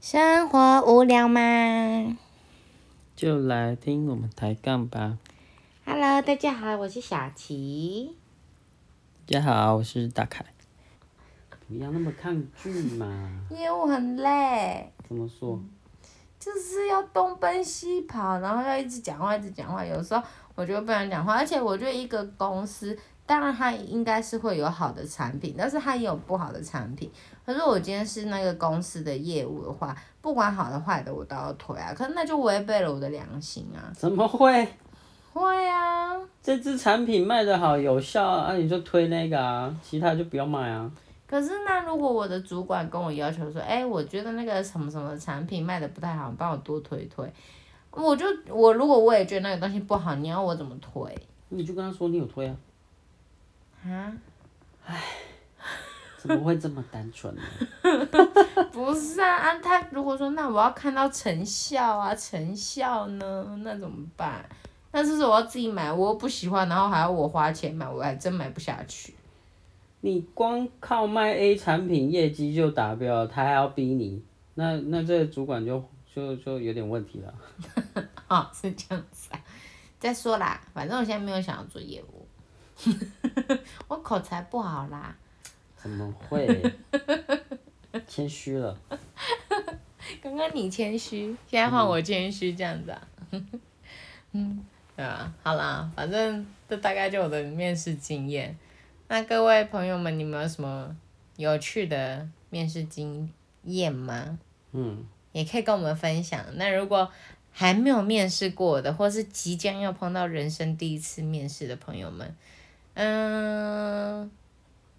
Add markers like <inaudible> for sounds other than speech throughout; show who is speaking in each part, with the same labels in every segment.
Speaker 1: 生活无聊吗
Speaker 2: 就来听我们抬杠吧。
Speaker 1: ？Hello，大家好，我是小琪。
Speaker 2: 大家好，我是大凯。不要那么抗拒 <laughs> 嘛！
Speaker 1: 因为我很累，
Speaker 2: 怎么说？
Speaker 1: 就是要东奔西跑，然后要一直讲话，一直讲话。有时候我就不想讲话，而且我觉得一个公司，当然它应该是会有好的产品，但是它也有不好的产品。可是我今天是那个公司的业务的话，不管好的坏的我都要推啊，可是那就违背了我的良心啊。
Speaker 2: 怎么会？
Speaker 1: 会啊，
Speaker 2: 这支产品卖得好有效啊，啊你就推那个啊，其他就不要卖啊。
Speaker 1: 可是那如果我的主管跟我要求说，哎、我觉得那个什么什么产品卖的不太好，你帮我多推推。我就我如果我也觉得那个东西不好，你要我怎么推
Speaker 2: 你就跟他说你有推啊，
Speaker 1: 啊？
Speaker 2: 怎么会这么单纯呢？
Speaker 1: 不是啊，啊他如果说那我要看到成效啊，成效呢，那怎么办？那是不是我要自己买？我又不喜欢，然后还要我花钱买，我还真买不下去。
Speaker 2: 你光靠卖 A 产品业绩就达标了，他还要逼你，那那这个主管就就就有点问题了。
Speaker 1: 啊、是这样子啊。再说啦，反正我现在没有想要做业务， <laughs> 我口才不好啦。
Speaker 2: 怎么会？谦虚了。
Speaker 1: <laughs> 刚刚你谦虚，现在换我谦虚，这样子啊？ <laughs> 嗯，对啊，好啦，反正这大概就我的面试经验。那各位朋友们，你们有什么有趣的面试经验吗？
Speaker 2: 嗯，
Speaker 1: 也可以跟我们分享。那如果还没有面试过的，或是即将要碰到人生第一次面试的朋友们，嗯，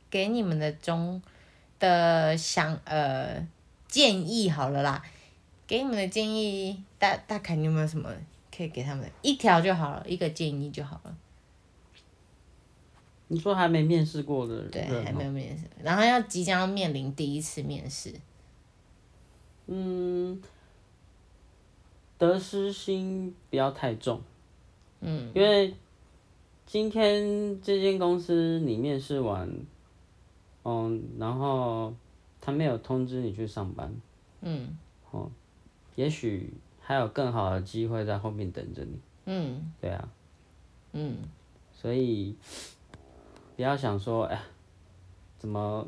Speaker 1: 给你们的中的想呃建议好了啦，给你们的建议，大大概你有没有什么可以给他们的？一条就好了，一个建议就好了。
Speaker 2: 你说还没面试过的人
Speaker 1: 对，
Speaker 2: 哦
Speaker 1: 还没有面试，然后要即将要面临第一次面试，
Speaker 2: 嗯，得失心不要太重。嗯，因为今天这间公司你面试完，嗯，然后他没有通知你去上班，
Speaker 1: 嗯
Speaker 2: 也许还有更好的机会在后面等着你。
Speaker 1: 嗯
Speaker 2: 对啊，
Speaker 1: 嗯，
Speaker 2: 所以不要想说，哎呀，怎么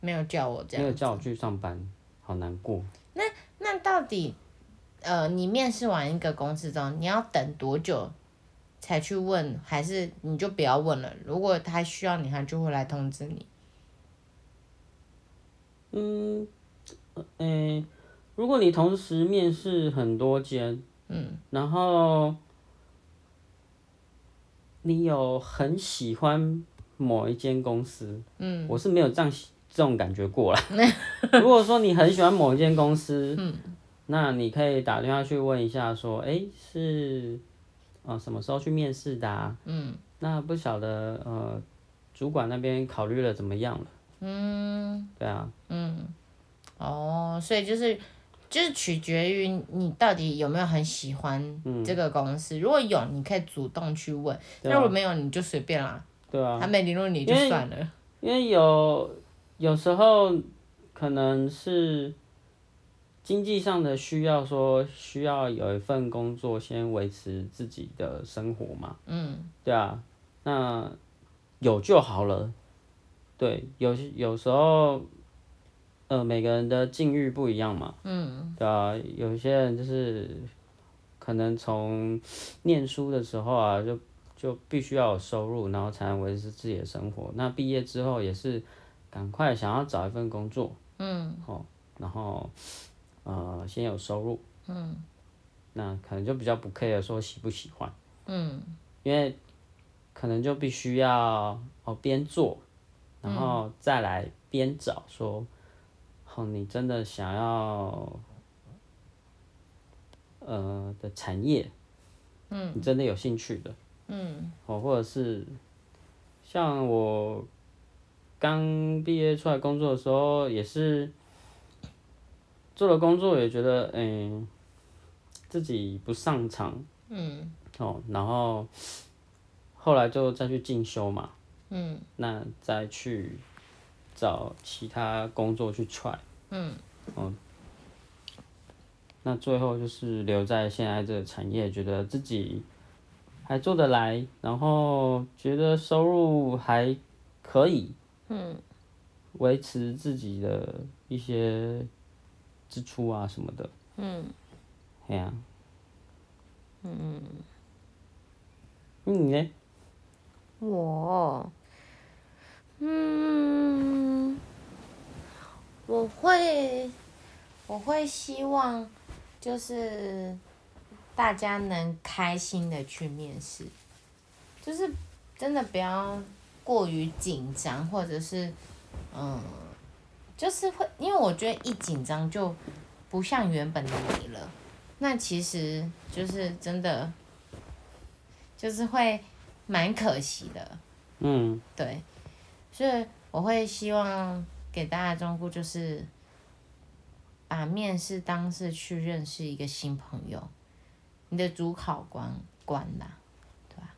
Speaker 1: 没有叫我这
Speaker 2: 没
Speaker 1: 样
Speaker 2: 有。叫我去上班，好难过。
Speaker 1: 那到底，呃，你面试完一个公司之后，你要等多久才去问，还是你就不要问了？如果他需要你，他就会来通知你。
Speaker 2: 诶、如果你同时面试很多间，嗯，然后你有很喜欢某一间公司，嗯，我是没有这样这种感觉 <laughs> 过啦。如果说你很喜欢某一间公司，嗯，那你可以打电话去问一下，说，诶，是，呃，什么时候去面试的、啊？嗯，那不晓得，呃，主管那边考虑了怎么样了？嗯，对啊，
Speaker 1: 哦，所以就是就是取决于你到底有没有很喜欢这个公司。如果有，你可以主动去问；
Speaker 2: 嗯对
Speaker 1: 那如
Speaker 2: 啊
Speaker 1: 果没有，你就随便啦，
Speaker 2: 对啊。
Speaker 1: 他没联络你就
Speaker 2: 因为
Speaker 1: 算了。
Speaker 2: 因为有有时候可能是经济上的需要说需要有一份工作先维持自己的生活嘛，嗯，对啊，那有就好了。对，有些有时候，呃，每个人的境遇不一样嘛，嗯，对啊，有些人就是可能从念书的时候啊，就就必须要有收入，然后才能维持自己的生活。那毕业之后也是赶快想要找一份工作，嗯，哦，然后呃先有收入，嗯，那可能就比较不 care 说喜不喜欢，嗯，因为可能就必须要哦边做，然后再来边找说，哦你真的想要呃的产业，嗯，你真的有兴趣的。哦，或者是像我刚毕业出来工作的时候，也是做了工作也觉得，嗯、自己不擅长，嗯，哦，然后后来就再去进修嘛，嗯，那再去找其他工作去 try，嗯，哦，那最后就是留在现在这个产业，觉得自己还做得来，然后觉得收入还可以，嗯，维持自己的一些支出啊什么的，嗯，哎呀、
Speaker 1: 嗯
Speaker 2: 嗯，你呢？
Speaker 1: 我，嗯，我会，我会希望就是大家能开心的去面试，就是真的不要过于紧张，或者是嗯，就是会，因为我觉得一紧张就不像原本的你了，那其实就是真的，就是会。蛮可惜的，
Speaker 2: 嗯
Speaker 1: 对，所以我会希望给大家的忠告就是，把面试当是去认识一个新朋友，你的主考官官啦，对吧？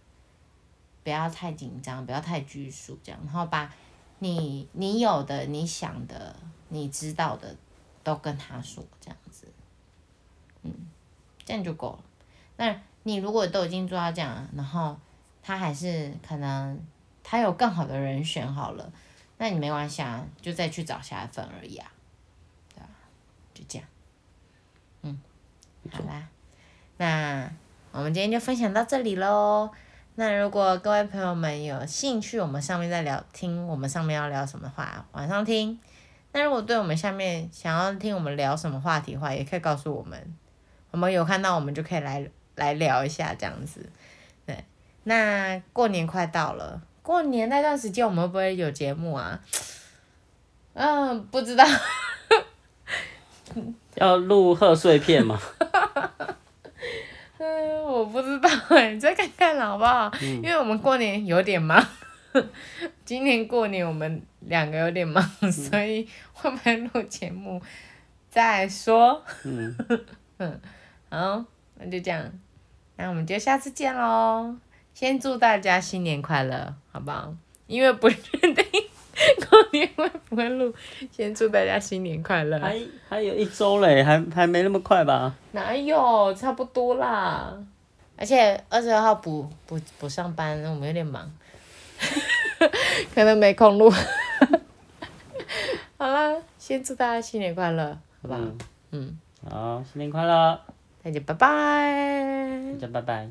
Speaker 1: 不要太紧张，不要太拘束，这样，然后把你你有的、你想的、你知道的都跟他说，这样子，嗯，这样就够了。那你如果都已经做到这样，然后他还是可能他有更好的人选好了，那你没关系啊，就再去找下一份而已啊，对吧？就这样，嗯，好啦，那我们今天就分享到这里喽。那如果各位朋友们有兴趣，我们上面再聊听我们上面要聊什么的话，晚上听。那如果对我们下面想要听我们聊什么话题的话，也可以告诉我们，我们有看到我们就可以来来聊一下这样子。那过年快到了，过年那段时间我们会不会有节目啊？嗯，不知道，
Speaker 2: 要录贺岁
Speaker 1: <laughs>
Speaker 2: 片嘛？
Speaker 1: 嗯，我不知道哎、你再看看啦好不好？因为我们过年有点忙， <laughs> 今年过年我们两个有点忙，所以会不会录节目再说？ <laughs>
Speaker 2: 嗯，
Speaker 1: 好，那就这样，那我们就下次见喽。先祝大家新年快乐，好不好？因为不确定过年会不会录，先祝大家新年快乐。
Speaker 2: 还还有一周嘞，还还没那么快吧？
Speaker 1: 哪有，差不多啦。而且二十二号不不不上班，我们有点忙， <laughs> 可能没空录。 <laughs> 好啦，先祝大家新年快乐，好吧？
Speaker 2: 嗯
Speaker 1: 嗯，
Speaker 2: 好，新年快乐，
Speaker 1: 大家拜拜。
Speaker 2: 大家拜拜。